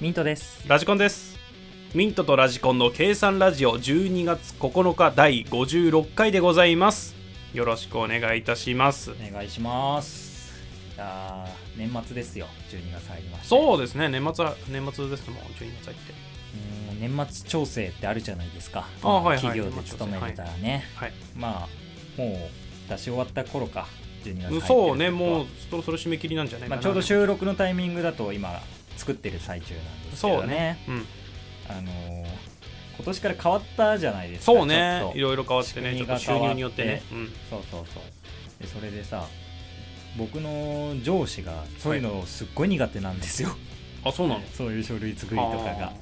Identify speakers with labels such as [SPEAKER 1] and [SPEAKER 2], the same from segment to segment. [SPEAKER 1] ミントです
[SPEAKER 2] ラジコンですミントとラジコンの計算ラジオ12月9日第56回でございますよろしくお願いいたします
[SPEAKER 1] お願いしますいやー年末ですよ12月入りましたう
[SPEAKER 2] そうですね年末は年末ですもん12月入って
[SPEAKER 1] ーん年末調整ってあるじゃないですか
[SPEAKER 2] あはいはい
[SPEAKER 1] 企業で勤めてたらね、
[SPEAKER 2] はい
[SPEAKER 1] まあもう出し終わった頃か12月入ってる
[SPEAKER 2] そうねもうそろそろ締め切りなんじゃない
[SPEAKER 1] まあ、
[SPEAKER 2] かな
[SPEAKER 1] ちょうど収録のタイミングだと今作ってる最中なんですけ
[SPEAKER 2] そ
[SPEAKER 1] ど
[SPEAKER 2] う
[SPEAKER 1] ね
[SPEAKER 2] ねうん
[SPEAKER 1] あのー今年から変わったじゃないですか
[SPEAKER 2] そうねい
[SPEAKER 1] ちょっと
[SPEAKER 2] ろいろ変わってねち
[SPEAKER 1] 仕組み
[SPEAKER 2] ょっと
[SPEAKER 1] が
[SPEAKER 2] 収入によってねうん
[SPEAKER 1] そうそうそうでそれでさ僕の上司がそういうのすっごい苦手なんですよ、
[SPEAKER 2] あそうなの
[SPEAKER 1] そういう書類作りとかが
[SPEAKER 2] あ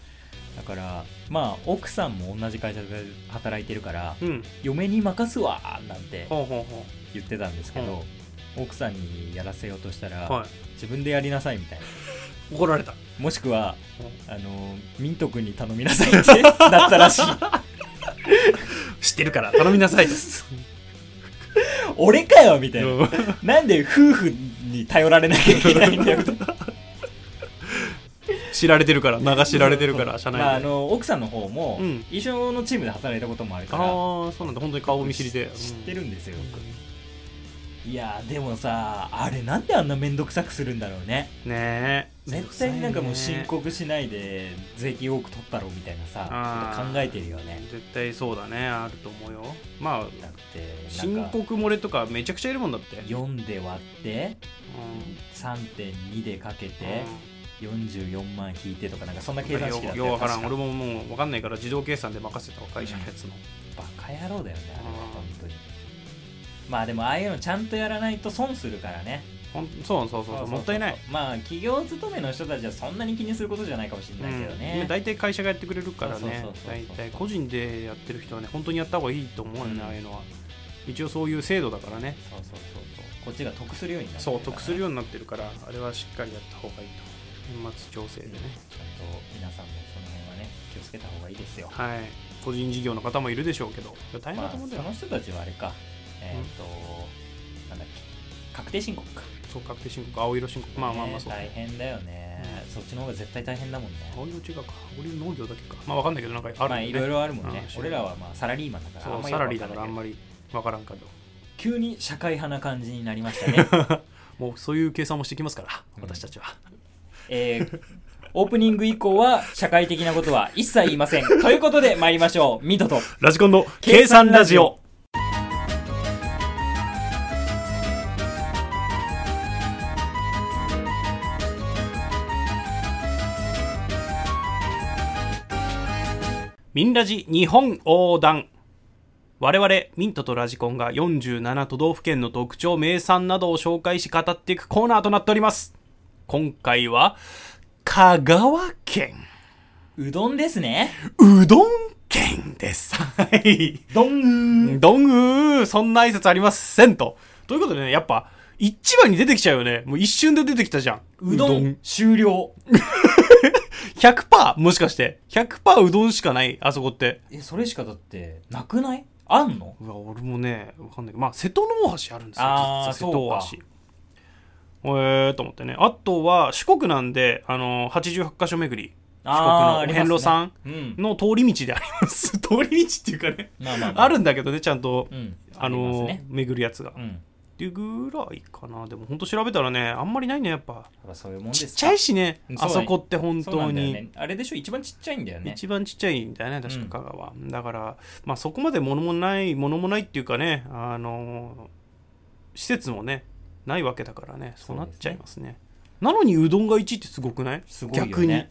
[SPEAKER 1] だからまあ奥さんも同じ会社で働いてるから
[SPEAKER 2] ーうん
[SPEAKER 1] 嫁に任すわーなんて
[SPEAKER 2] ほうほうほ
[SPEAKER 1] 言ってたんですけど、奥さんにやらせようとしたら、
[SPEAKER 2] うは
[SPEAKER 1] 自分でやりなさいみたいない
[SPEAKER 2] 怒られた
[SPEAKER 1] もしくはあのミント君に頼みなさいって なったらしい
[SPEAKER 2] 知ってるから頼みな さいと
[SPEAKER 1] 俺かよみたいな、
[SPEAKER 2] うん
[SPEAKER 1] なんで夫婦に頼られなきゃいけないんだよみたいな
[SPEAKER 2] 知られてるから名が知られてるから社内で、
[SPEAKER 1] まあ、あの奥さんの方も、
[SPEAKER 2] うん
[SPEAKER 1] 一緒のチームで働いたこともあるから
[SPEAKER 2] ああそうなんだ本当に顔見知りで
[SPEAKER 1] 知って
[SPEAKER 2] る
[SPEAKER 1] るんですよ、僕いやーでもさあれなんであんな面倒くさくするんだろうね
[SPEAKER 2] ねえ
[SPEAKER 1] 絶対になんかもう申
[SPEAKER 2] ね
[SPEAKER 1] 告しないで税金多く取ったろうみたいなさ
[SPEAKER 2] あ
[SPEAKER 1] こと
[SPEAKER 2] ー
[SPEAKER 1] 考えてるよね
[SPEAKER 2] 絶対そうだねあると思うよまあ
[SPEAKER 1] だってな
[SPEAKER 2] 申
[SPEAKER 1] んか
[SPEAKER 2] 告漏れとかめちゃくちゃいるもんだってうん
[SPEAKER 1] 4で割って3.2でかけて、44万引いてとかなんかそんな計算式だっ
[SPEAKER 2] よ
[SPEAKER 1] た
[SPEAKER 2] ようわからん
[SPEAKER 1] 確
[SPEAKER 2] 俺
[SPEAKER 1] か
[SPEAKER 2] ももう分かんないから自動計算で任せた若いじゃん
[SPEAKER 1] うん
[SPEAKER 2] やつの
[SPEAKER 1] バカ野郎だよねあれは
[SPEAKER 2] うん
[SPEAKER 1] 本当にまあでもああいうのちゃんとやらないと損するからね
[SPEAKER 2] ほんそうそうそうそうもったいない
[SPEAKER 1] まあ企業勤めの人たちはそんなに気にすることじゃないかもしれないけど
[SPEAKER 2] う
[SPEAKER 1] ね
[SPEAKER 2] ん、大体会社がやってくれるから
[SPEAKER 1] そうそう
[SPEAKER 2] ね
[SPEAKER 1] そうそう
[SPEAKER 2] 大体個人でやってる人はね本当にやった方がいいと思うよね、
[SPEAKER 1] うん
[SPEAKER 2] ああいうのは一応そういう制度だからね
[SPEAKER 1] そうそうそうそうこっちが得するようになって
[SPEAKER 2] そう得するよ
[SPEAKER 1] う
[SPEAKER 2] うになってるからあれはしっかりやった方がいいと年末調整で
[SPEAKER 1] に
[SPEAKER 2] ね、
[SPEAKER 1] ちゃんと皆さんもその辺はね気をつけた方がいいですよ
[SPEAKER 2] はい個人事業の方もいるでしょうけど大変
[SPEAKER 1] ま
[SPEAKER 2] だ
[SPEAKER 1] あ
[SPEAKER 2] と
[SPEAKER 1] そ
[SPEAKER 2] 思うんだよ、
[SPEAKER 1] の人たちはあれかえっとなんだっけ確定申告か
[SPEAKER 2] そう確定申告青色申告まあまあまあ
[SPEAKER 1] ね
[SPEAKER 2] そう、
[SPEAKER 1] 大変だよねそっちの方が絶対大変だもんね
[SPEAKER 2] 青色違うか青色農業だけかまあわかんないけどなんかあるよね
[SPEAKER 1] まあいろいろあるもんね
[SPEAKER 2] うん
[SPEAKER 1] 俺らはまあサラリーマンだからあ
[SPEAKER 2] そ
[SPEAKER 1] ん
[SPEAKER 2] う
[SPEAKER 1] ま
[SPEAKER 2] サラリーだからあん
[SPEAKER 1] り
[SPEAKER 2] まりわからんけど
[SPEAKER 1] 急に社会派な感じになりましたね
[SPEAKER 2] もうそういう計算もしてきますから
[SPEAKER 1] うん
[SPEAKER 2] 私たちは、
[SPEAKER 1] えーオープニング以降は社会的なことは一切言いませんということで参りましょうミントと
[SPEAKER 2] ラジコンの計算ラジオミンラジ日本横断我々ミントとラジコンが47都道府県の特徴名産などを紹介し語っていくコーナーとなっております今回は香川県
[SPEAKER 1] うどんですね
[SPEAKER 2] うどん県です。はい。
[SPEAKER 1] どん
[SPEAKER 2] どんぐー、そんな挨拶ありませんと。ということでね、やっぱ、一番に出てきちゃうよね。もう一瞬で出てきたじゃん。
[SPEAKER 1] うどん終了
[SPEAKER 2] 100%もしかして。100%うどんしかない、あそこって。
[SPEAKER 1] えそれしかだってなくないあんの
[SPEAKER 2] うわ、俺もね、わかんないけど、まあ、瀬戸の大橋あるんですよ。
[SPEAKER 1] あー
[SPEAKER 2] 実は瀬
[SPEAKER 1] そう
[SPEAKER 2] 戸大橋。えーと思ってね。あとは、四国なんで、あの88カ所巡り。
[SPEAKER 1] あー
[SPEAKER 2] 四国のお遍路さん
[SPEAKER 1] ありますね
[SPEAKER 2] の通り道であります。通り道っていうかね。
[SPEAKER 1] うんまあまあ、ま
[SPEAKER 2] あるんだけどね、ちゃんと、
[SPEAKER 1] うん
[SPEAKER 2] あ
[SPEAKER 1] ります
[SPEAKER 2] の
[SPEAKER 1] ね
[SPEAKER 2] 巡るやつが。
[SPEAKER 1] うんやっ
[SPEAKER 2] っていうぐらいかなでも本当調べたらねあんまりないねやっぱ
[SPEAKER 1] ぱそういうもんです
[SPEAKER 2] ち
[SPEAKER 1] か
[SPEAKER 2] っちゃいしね
[SPEAKER 1] うんそう
[SPEAKER 2] あそこって本
[SPEAKER 1] そうな
[SPEAKER 2] 当
[SPEAKER 1] んだよ
[SPEAKER 2] に、
[SPEAKER 1] ねあれでしょ一番ちっちゃいんだよね
[SPEAKER 2] 一番ちっちゃいんだよね確
[SPEAKER 1] うん
[SPEAKER 2] か香川、だからまあそこまで物もないものもないっていうかねあの施設もねないわけだからねそうなっちゃいますねなのにうどんが1ってすごくない
[SPEAKER 1] すごいよね
[SPEAKER 2] 逆に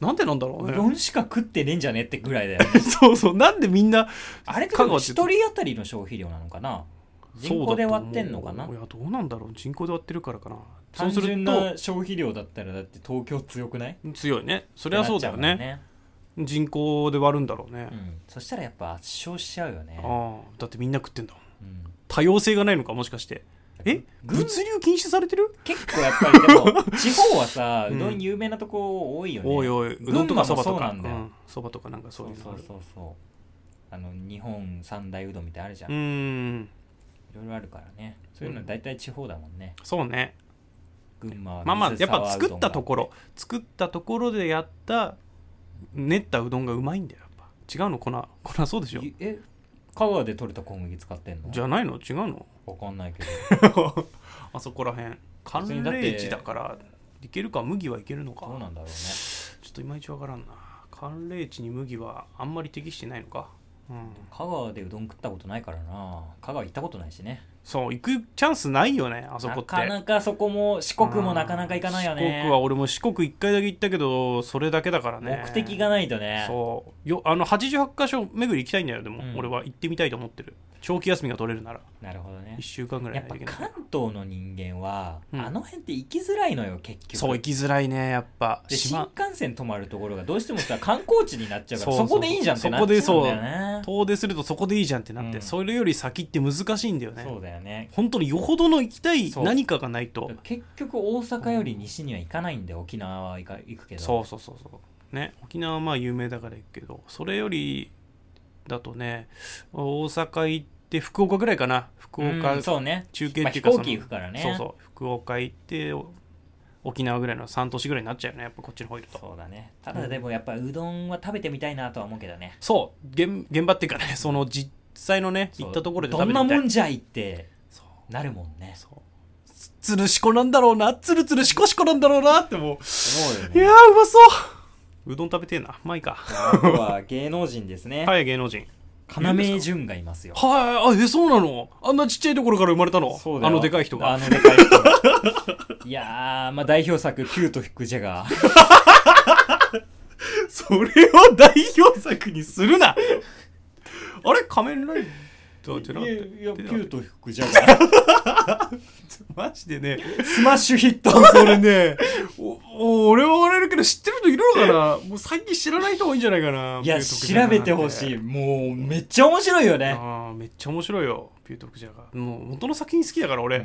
[SPEAKER 2] なんでなんだろう
[SPEAKER 1] う
[SPEAKER 2] ね
[SPEAKER 1] どんしか食ってねえんじゃねえってぐらいだよね
[SPEAKER 2] そうそうなんでみんな
[SPEAKER 1] あれって
[SPEAKER 2] 香川っ
[SPEAKER 1] 一
[SPEAKER 2] て
[SPEAKER 1] 人当たりの消費量なのかな人口で割ってんのかない
[SPEAKER 2] やどうなんだろう人口で割ってるからかな
[SPEAKER 1] 単
[SPEAKER 2] そうす
[SPEAKER 1] 純
[SPEAKER 2] ると
[SPEAKER 1] な消費量だったらだって東京強くない
[SPEAKER 2] 強いねそれはそうだよね
[SPEAKER 1] ってなっちゃ
[SPEAKER 2] 人口で割るんだろうね
[SPEAKER 1] う、からねうんそしたらやっぱ圧勝しちゃうよね、
[SPEAKER 2] ああだってみんな食ってんだもん
[SPEAKER 1] うん
[SPEAKER 2] 多様性がないのかもしかしてえ
[SPEAKER 1] ぐ
[SPEAKER 2] 物流禁止されてる
[SPEAKER 1] 結構やっぱりでも地方はさ
[SPEAKER 2] うん
[SPEAKER 1] うどん有名なとこ多いよね、
[SPEAKER 2] おいおいうどんとかそばと
[SPEAKER 1] 群馬もそうな
[SPEAKER 2] か
[SPEAKER 1] んだよ
[SPEAKER 2] うんそば、とかなんかそ
[SPEAKER 1] そう
[SPEAKER 2] いうう
[SPEAKER 1] そ
[SPEAKER 2] のあ
[SPEAKER 1] う
[SPEAKER 2] る
[SPEAKER 1] そうそうあの日本三大うどんみたいなのあるじゃん、
[SPEAKER 2] う
[SPEAKER 1] い
[SPEAKER 2] ーん
[SPEAKER 1] ろいろあるからねそういうの大体地方だもんね、
[SPEAKER 2] そうね
[SPEAKER 1] 群馬は
[SPEAKER 2] まあまあ
[SPEAKER 1] 水
[SPEAKER 2] やっ
[SPEAKER 1] 沢
[SPEAKER 2] ぱ作ったところ作ったところでやった練ったうどんがうまいんだよやっぱ違うの粉粉そうでし
[SPEAKER 1] う
[SPEAKER 2] ょ
[SPEAKER 1] どんがえ香川で取れた小麦使ってんの
[SPEAKER 2] じゃないの違う の
[SPEAKER 1] わかんないけど
[SPEAKER 2] あそこらへん寒
[SPEAKER 1] 別にだって
[SPEAKER 2] 冷地だからいけるか麦はいけるのか
[SPEAKER 1] どうなんだろうね
[SPEAKER 2] ちょっといまいちわからんな寒冷地に麦はあんまり適してないのかうん
[SPEAKER 1] 香川でうどん食ったことないからな香川行ったことないしね
[SPEAKER 2] そう行くチャンスないよねあそこって
[SPEAKER 1] なかなかそこも四国もなかなか行かないよ
[SPEAKER 2] うん四
[SPEAKER 1] ね
[SPEAKER 2] 国は俺も四国1回だけ行ったけどそれだけだからね
[SPEAKER 1] 目的がないとね
[SPEAKER 2] そうよあの88箇所巡り行きたいんだよでも、
[SPEAKER 1] うん
[SPEAKER 2] 俺は行ってみたいと思ってる長期休みが取れるなら
[SPEAKER 1] なるほどね
[SPEAKER 2] 1週間ぐら
[SPEAKER 1] や
[SPEAKER 2] い
[SPEAKER 1] っ
[SPEAKER 2] な
[SPEAKER 1] ぱ
[SPEAKER 2] らいけない
[SPEAKER 1] 関東の人間は、
[SPEAKER 2] うん
[SPEAKER 1] あの辺って行きづらいのよ結局
[SPEAKER 2] そう行きづらいねやっぱ
[SPEAKER 1] で新
[SPEAKER 2] 島
[SPEAKER 1] 幹線止まるところがどうしてもさ観光地になっちゃうから
[SPEAKER 2] そ
[SPEAKER 1] そう
[SPEAKER 2] そう
[SPEAKER 1] こでいいじゃんってなっちゃうんだよね
[SPEAKER 2] 遠出するとそこでいいじゃんってなって、
[SPEAKER 1] うん
[SPEAKER 2] それより先って難しいんだよね
[SPEAKER 1] そうだよね
[SPEAKER 2] 本当によほどの行きたい
[SPEAKER 1] そう
[SPEAKER 2] 何かがないと
[SPEAKER 1] 結局大阪より西には行かないんで沖縄は行か行くけど
[SPEAKER 2] そうそうそうそうね沖縄はまあ有名だから行くけどそれよりだとね大阪行って福岡ぐらいかな福
[SPEAKER 1] うん
[SPEAKER 2] 岡
[SPEAKER 1] そうね
[SPEAKER 2] 中継っていう
[SPEAKER 1] ま
[SPEAKER 2] か
[SPEAKER 1] あ飛
[SPEAKER 2] その
[SPEAKER 1] 行機行くからね
[SPEAKER 2] そうそう福岡行ってお沖縄ぐらいの3都市ぐらいになっちゃうよねやっぱこっちの方いると
[SPEAKER 1] そうだねただでもやっぱうどんは食べてみたいなとは思うけどね
[SPEAKER 2] そう現現場っていうかねその実際のね行ったところで
[SPEAKER 1] ど
[SPEAKER 2] 食
[SPEAKER 1] ん
[SPEAKER 2] べて
[SPEAKER 1] な
[SPEAKER 2] みたい
[SPEAKER 1] もんじゃいって
[SPEAKER 2] そう
[SPEAKER 1] なるもんね
[SPEAKER 2] そうつつるしこなんだろうなつるつるしこしこなんだろうなっても
[SPEAKER 1] そうよ
[SPEAKER 2] ういやーうまそううどん食べてえなまあいいか
[SPEAKER 1] あとは芸能人ですね
[SPEAKER 2] はい芸能人
[SPEAKER 1] 要潤がいますよ
[SPEAKER 2] はいあえそうなのあんなちっちゃいところから生まれたの
[SPEAKER 1] そうだ
[SPEAKER 2] あ
[SPEAKER 1] よ
[SPEAKER 2] のでかい人
[SPEAKER 1] あ
[SPEAKER 2] が
[SPEAKER 1] のでかい人 がいやー、まあ、代表作、キュート・フック・ジャガー。
[SPEAKER 2] それを代表作にするなあれ仮面ライダーじゃなかった
[SPEAKER 1] いや、キュ
[SPEAKER 2] 出てなかっ
[SPEAKER 1] ート・フック・ジャガー。
[SPEAKER 2] たマジでね
[SPEAKER 1] スマッシュヒット。
[SPEAKER 2] それね、おお俺は笑えるけど知ってる人いるのかなもう最近知らない人がいいんじゃないかないい
[SPEAKER 1] や、調べてほしい。
[SPEAKER 2] い。
[SPEAKER 1] もう、めっちゃ面白いよね。
[SPEAKER 2] あーめっちゃ面白いよ、ビュートクジャガー。もう元の作品好きだから俺。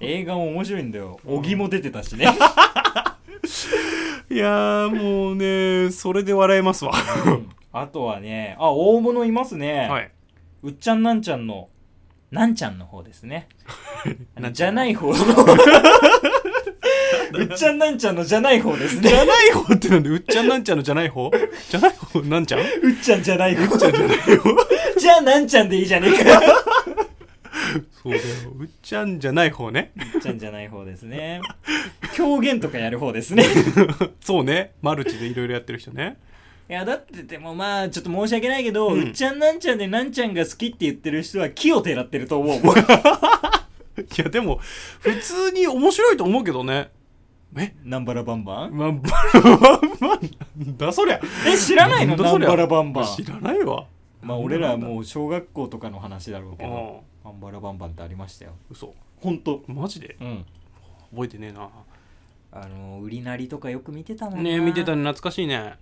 [SPEAKER 1] 映画も面白いんだよ。小木も出てたし ね。
[SPEAKER 2] いやーもうね、それで笑えますわ。
[SPEAKER 1] あとはね、あ、大物いますね。
[SPEAKER 2] はい。
[SPEAKER 1] うっちゃんなんちゃんの、なんちゃんの方ですね。あのじゃ ない 方の。うっちゃんなんちゃんのじゃない方です
[SPEAKER 2] じ
[SPEAKER 1] ね。
[SPEAKER 2] ゃない方ってなんで、うっちゃんなんちゃんのじゃない方じゃない方なんちゃん
[SPEAKER 1] うっちゃんじゃない方。じゃあなんちゃんでいいじゃねえかよ。
[SPEAKER 2] そうだよ。うっちゃんじゃない方ね。
[SPEAKER 1] うっちゃんじゃない方ですね。狂言とかやる方ですね。
[SPEAKER 2] そうね。マルチでいろいろやってる人ね。
[SPEAKER 1] いや、だってでもまあ、ちょっと申し訳ないけど、
[SPEAKER 2] う
[SPEAKER 1] うんっちゃんなんちゃんでなんちゃんが好きって言ってる人は木をてらってると思う。
[SPEAKER 2] いや、でも、普通に面白いと思うけどね。え
[SPEAKER 1] ナンバラバンバン
[SPEAKER 2] まあ、バラバンバンなんだそりゃ。
[SPEAKER 1] え、知らないの
[SPEAKER 2] んだ
[SPEAKER 1] ナ
[SPEAKER 2] そ
[SPEAKER 1] ン
[SPEAKER 2] りゃ
[SPEAKER 1] バラバンバン。
[SPEAKER 2] 知らないわ。
[SPEAKER 1] まあ、俺らもう小学校とかの話だろうけど、
[SPEAKER 2] ああ、
[SPEAKER 1] ナンバラバンバンってありましたよ。
[SPEAKER 2] 嘘。
[SPEAKER 1] ほんと。
[SPEAKER 2] マジで
[SPEAKER 1] うん。
[SPEAKER 2] 覚えてねえな。
[SPEAKER 1] あの、売りなりとかよく見てたもんな。
[SPEAKER 2] ねえ、見てた。の懐かしいね。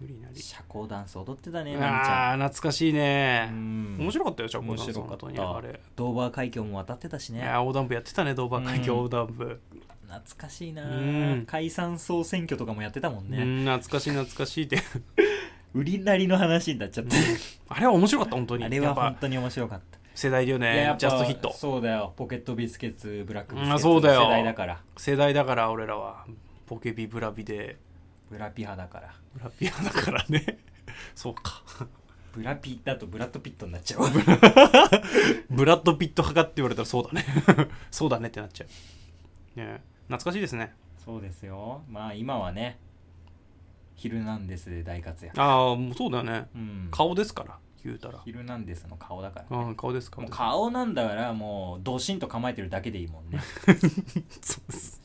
[SPEAKER 2] 無理なり。
[SPEAKER 1] 社交ダンス踊ってたね、なんちゃ
[SPEAKER 2] ああ、懐かしいね
[SPEAKER 1] ん。う。ん
[SPEAKER 2] 面白かったよ、チャコ
[SPEAKER 1] 面
[SPEAKER 2] さん。
[SPEAKER 1] 白かっ
[SPEAKER 2] 本当にあ
[SPEAKER 1] た
[SPEAKER 2] れ。
[SPEAKER 1] ドーバー海峡も渡ってたし
[SPEAKER 2] い
[SPEAKER 1] ね
[SPEAKER 2] や横断部やってたね、ドーバー海峡横断部。
[SPEAKER 1] 懐かしいな
[SPEAKER 2] うん
[SPEAKER 1] 解散総選挙とかもやってたもん
[SPEAKER 2] う
[SPEAKER 1] ね
[SPEAKER 2] ん、懐かしい懐かしいって。
[SPEAKER 1] 売りなりの話になっちゃって
[SPEAKER 2] あれは面白 かった、本当に。
[SPEAKER 1] あれ
[SPEAKER 2] や
[SPEAKER 1] は
[SPEAKER 2] っ
[SPEAKER 1] 本
[SPEAKER 2] ぱ
[SPEAKER 1] 当に面白かった
[SPEAKER 2] 世代だよ
[SPEAKER 1] いややっ
[SPEAKER 2] ね
[SPEAKER 1] ぱ。
[SPEAKER 2] ジャストヒット。
[SPEAKER 1] そうだよポケットビスケッツブラックビスケ
[SPEAKER 2] う
[SPEAKER 1] ッ
[SPEAKER 2] ん
[SPEAKER 1] ツ
[SPEAKER 2] そうだよ
[SPEAKER 1] 世代だから
[SPEAKER 2] 世代だから、俺らは。ポケビブラビで、
[SPEAKER 1] ブラピ派だから
[SPEAKER 2] ブラピアだからね。 そうか。
[SPEAKER 1] ブラピだとブラッドピットになっ ちゃうわ
[SPEAKER 2] ブラッド・ピット派かって言われたらそうだね そうだねってなっちゃうねえ懐かしいですね
[SPEAKER 1] そうですよまあ今はね「ヒルナンデス」で大活躍
[SPEAKER 2] ああもうそうだよね
[SPEAKER 1] うん
[SPEAKER 2] 顔ですから言うたら
[SPEAKER 1] ヒルナンデスの顔だから
[SPEAKER 2] うん顔ですか
[SPEAKER 1] もう顔なんだからもうドシンと構えてるだけでいいもんね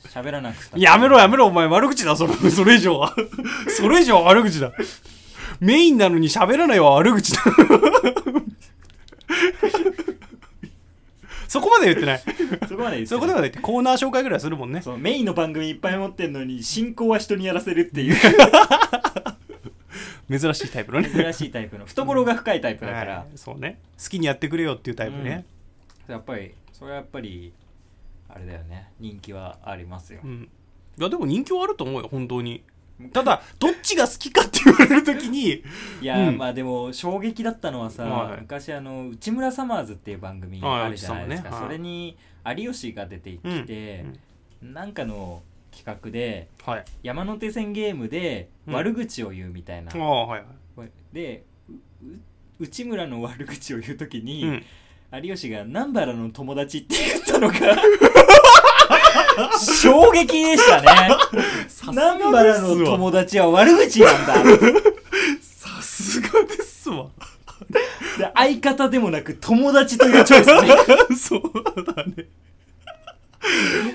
[SPEAKER 1] 喋らなくて
[SPEAKER 2] やめろやめろお前悪口だそれ それ以上はそれ以上は悪口だメインなのに喋らないは悪口だ そこまで言ってない
[SPEAKER 1] そこまで言って
[SPEAKER 2] そこでは言ってコーナー紹介ぐらいする もんね
[SPEAKER 1] そうメインの番組いっぱい持ってんのに進行は人にやらせるっていう
[SPEAKER 2] 珍しいタイプ のね
[SPEAKER 1] 珍しいタイプの懐が深いタイプだから、
[SPEAKER 2] はいそうね好きにやってくれよっていうタイプね、
[SPEAKER 1] やっぱりそれはやっぱりあれだよね人気はありますよ
[SPEAKER 2] う、ん、いやでも人気はあると思うよ本当にただどっちが好きかって言われるとき に
[SPEAKER 1] いやー、
[SPEAKER 2] うん
[SPEAKER 1] まあでも衝撃だったのはさ、
[SPEAKER 2] はい
[SPEAKER 1] 昔あの内村サマーズっていう番組
[SPEAKER 2] はい
[SPEAKER 1] あるじゃないですか、
[SPEAKER 2] 内村さんもねは
[SPEAKER 1] それ
[SPEAKER 2] い
[SPEAKER 1] に有吉が出てきて、
[SPEAKER 2] うん
[SPEAKER 1] なんかの企画で
[SPEAKER 2] はい
[SPEAKER 1] 山手線ゲームで
[SPEAKER 2] うん
[SPEAKER 1] 悪口を言うみたいな、
[SPEAKER 2] ああはいは
[SPEAKER 1] でうう内村の悪口を言うとき
[SPEAKER 2] い
[SPEAKER 1] に、
[SPEAKER 2] うん
[SPEAKER 1] 有吉が「南原の友達」って言った のが衝撃でしたね南原の友達は悪口なんだ
[SPEAKER 2] さすがですわ
[SPEAKER 1] で相方でもなく友達というチョイス ね
[SPEAKER 2] そうだね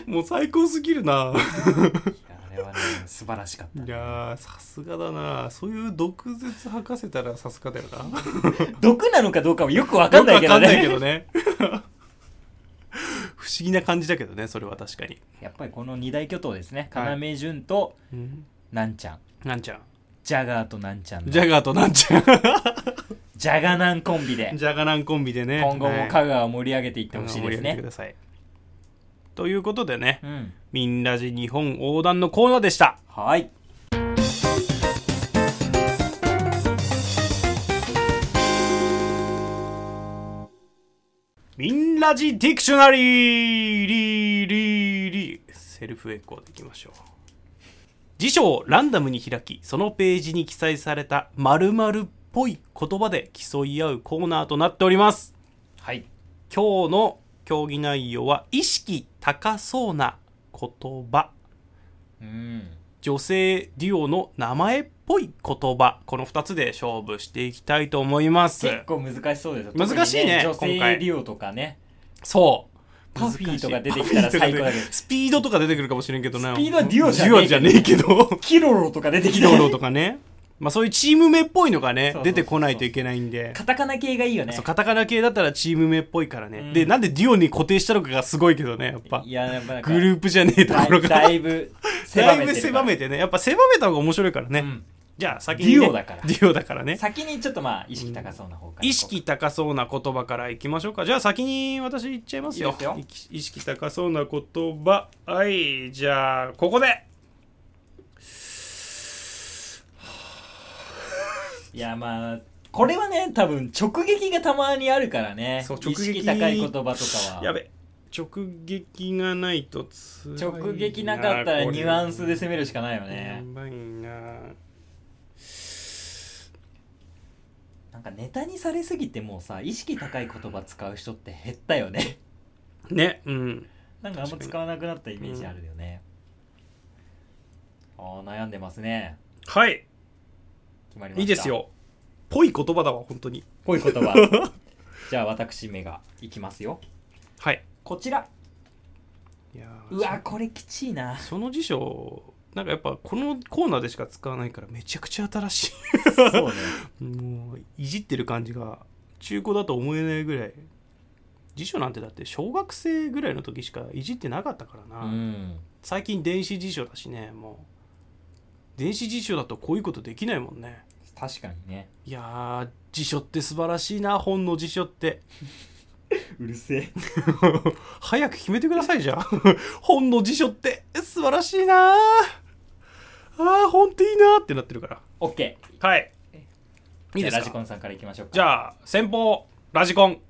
[SPEAKER 2] もう最高すぎる
[SPEAKER 1] あ
[SPEAKER 2] な
[SPEAKER 1] れはね素晴らしかった
[SPEAKER 2] いやーさすがだなそういう毒舌吐かせたらさすがだよな
[SPEAKER 1] 毒なのかどうかもよくわかんないけど
[SPEAKER 2] よくわかんないけ
[SPEAKER 1] ね
[SPEAKER 2] どね不思議な感じだけどねそれは確かに、
[SPEAKER 1] やっぱりこの二大巨頭ですね
[SPEAKER 2] は
[SPEAKER 1] 要潤となんちゃん
[SPEAKER 2] なんちゃん
[SPEAKER 1] ジャガーとなんちゃんの
[SPEAKER 2] ジャガーとなんちゃん
[SPEAKER 1] ジャガナンコンビで
[SPEAKER 2] ジャガナンコンビでね
[SPEAKER 1] 今後も
[SPEAKER 2] っ
[SPEAKER 1] 香川を盛り上げていっててほしいです
[SPEAKER 2] く
[SPEAKER 1] ね
[SPEAKER 2] ださいということでね
[SPEAKER 1] うん
[SPEAKER 2] 「みんラジ日本横断」のコーナーでした
[SPEAKER 1] はい
[SPEAKER 2] 「みんラジディクショナリー」リーリーリーセルフエコーでいきましょう辞書をランダムに開きそのページに記載された〇〇っぽい言葉で競い合うコーナーとなっております
[SPEAKER 1] はい
[SPEAKER 2] 今日の競技内容は意識高そうな言葉
[SPEAKER 1] うん
[SPEAKER 2] 女性デュオの名前っぽい言葉この2つで勝負していきたいと思います
[SPEAKER 1] 結構難しそうですよ
[SPEAKER 2] 難しいね
[SPEAKER 1] 特に
[SPEAKER 2] 今
[SPEAKER 1] 女性
[SPEAKER 2] 回
[SPEAKER 1] デュオとかね
[SPEAKER 2] そう
[SPEAKER 1] パフィーとか出てきた
[SPEAKER 2] 難
[SPEAKER 1] ら
[SPEAKER 2] しい
[SPEAKER 1] 最高 だけど
[SPEAKER 2] スピードとか出てくるかもしれんけどな
[SPEAKER 1] スピードはデュオじゃねえけど
[SPEAKER 2] デュオじゃねえけど
[SPEAKER 1] キロロとか出てき
[SPEAKER 2] キ
[SPEAKER 1] た
[SPEAKER 2] ロ
[SPEAKER 1] ら
[SPEAKER 2] ロとかねまあそういうチーム名っぽいのが
[SPEAKER 1] そう
[SPEAKER 2] ね
[SPEAKER 1] そうそうそう
[SPEAKER 2] 出てこないといけないんで
[SPEAKER 1] カタカナ系がいいよね
[SPEAKER 2] そうカタカナ系だったらチーム名っぽいからね、
[SPEAKER 1] うん
[SPEAKER 2] でなんでデュオに固定したのかがすごいけどねやっぱ
[SPEAKER 1] いややっぱなんか
[SPEAKER 2] グループじゃねえと
[SPEAKER 1] だ
[SPEAKER 2] ころ
[SPEAKER 1] い
[SPEAKER 2] が
[SPEAKER 1] だいぶ狭
[SPEAKER 2] だい
[SPEAKER 1] めて
[SPEAKER 2] ぶ
[SPEAKER 1] る
[SPEAKER 2] 狭めてね。やっぱ狭めた方が面白いからね。
[SPEAKER 1] うん
[SPEAKER 2] じゃあ先に、ね。
[SPEAKER 1] デュオだから
[SPEAKER 2] デュオだからね。
[SPEAKER 1] 先にちょっとまあ意識高そうな方から
[SPEAKER 2] 意識高そうな言葉からいきましょうか。じゃあ先に私言っちゃいますよ。
[SPEAKER 1] いいですよ
[SPEAKER 2] 意識意識高そうな言葉。はい。じゃあ、ここで
[SPEAKER 1] いやまあこれはね多分直撃がたまにあるからね
[SPEAKER 2] そう直撃
[SPEAKER 1] 意識高い言葉とかは
[SPEAKER 2] やべ。直撃がないと辛いな
[SPEAKER 1] 直撃なかったらニュアンスで攻めるしかないよね
[SPEAKER 2] やばいな
[SPEAKER 1] なんかネタにされすぎてもうさ意識高い言葉使う人って減ったよね
[SPEAKER 2] ね、うん。
[SPEAKER 1] なんかあんま使わなくなったイメージあるよね、ああー悩んでますね
[SPEAKER 2] はい。
[SPEAKER 1] 決まりました
[SPEAKER 2] いいですよ。ぽい言葉だわ、本当に。
[SPEAKER 1] こういう言 葉じゃあ私目がいきますよ
[SPEAKER 2] はい。
[SPEAKER 1] こちら
[SPEAKER 2] いやー
[SPEAKER 1] うわこれきちいな
[SPEAKER 2] その辞書なんかやっぱこのコーナーでしか使わないからめちゃくちゃ新し
[SPEAKER 1] そうね
[SPEAKER 2] いもういじってる感じが中古だと思えないぐらい辞書なんてだって小学生ぐらいの時しかいじってなかったから
[SPEAKER 1] う
[SPEAKER 2] な、
[SPEAKER 1] ん
[SPEAKER 2] 最近電子辞書だしねもう電子辞書だとこういうことできないもんね
[SPEAKER 1] 確かにね
[SPEAKER 2] いやー辞書って素晴らしいな本の辞書って
[SPEAKER 1] うるせえ
[SPEAKER 2] 早く決めてくださいじゃあ 本の辞書って素晴らしいなーあー本っていいなーってなってるから
[SPEAKER 1] OK
[SPEAKER 2] はい。い
[SPEAKER 1] じ
[SPEAKER 2] い
[SPEAKER 1] ゃ
[SPEAKER 2] で
[SPEAKER 1] あ
[SPEAKER 2] す
[SPEAKER 1] ラジコ
[SPEAKER 2] か
[SPEAKER 1] ンさんからいきましょうか
[SPEAKER 2] じゃあ、先方、ラジコン。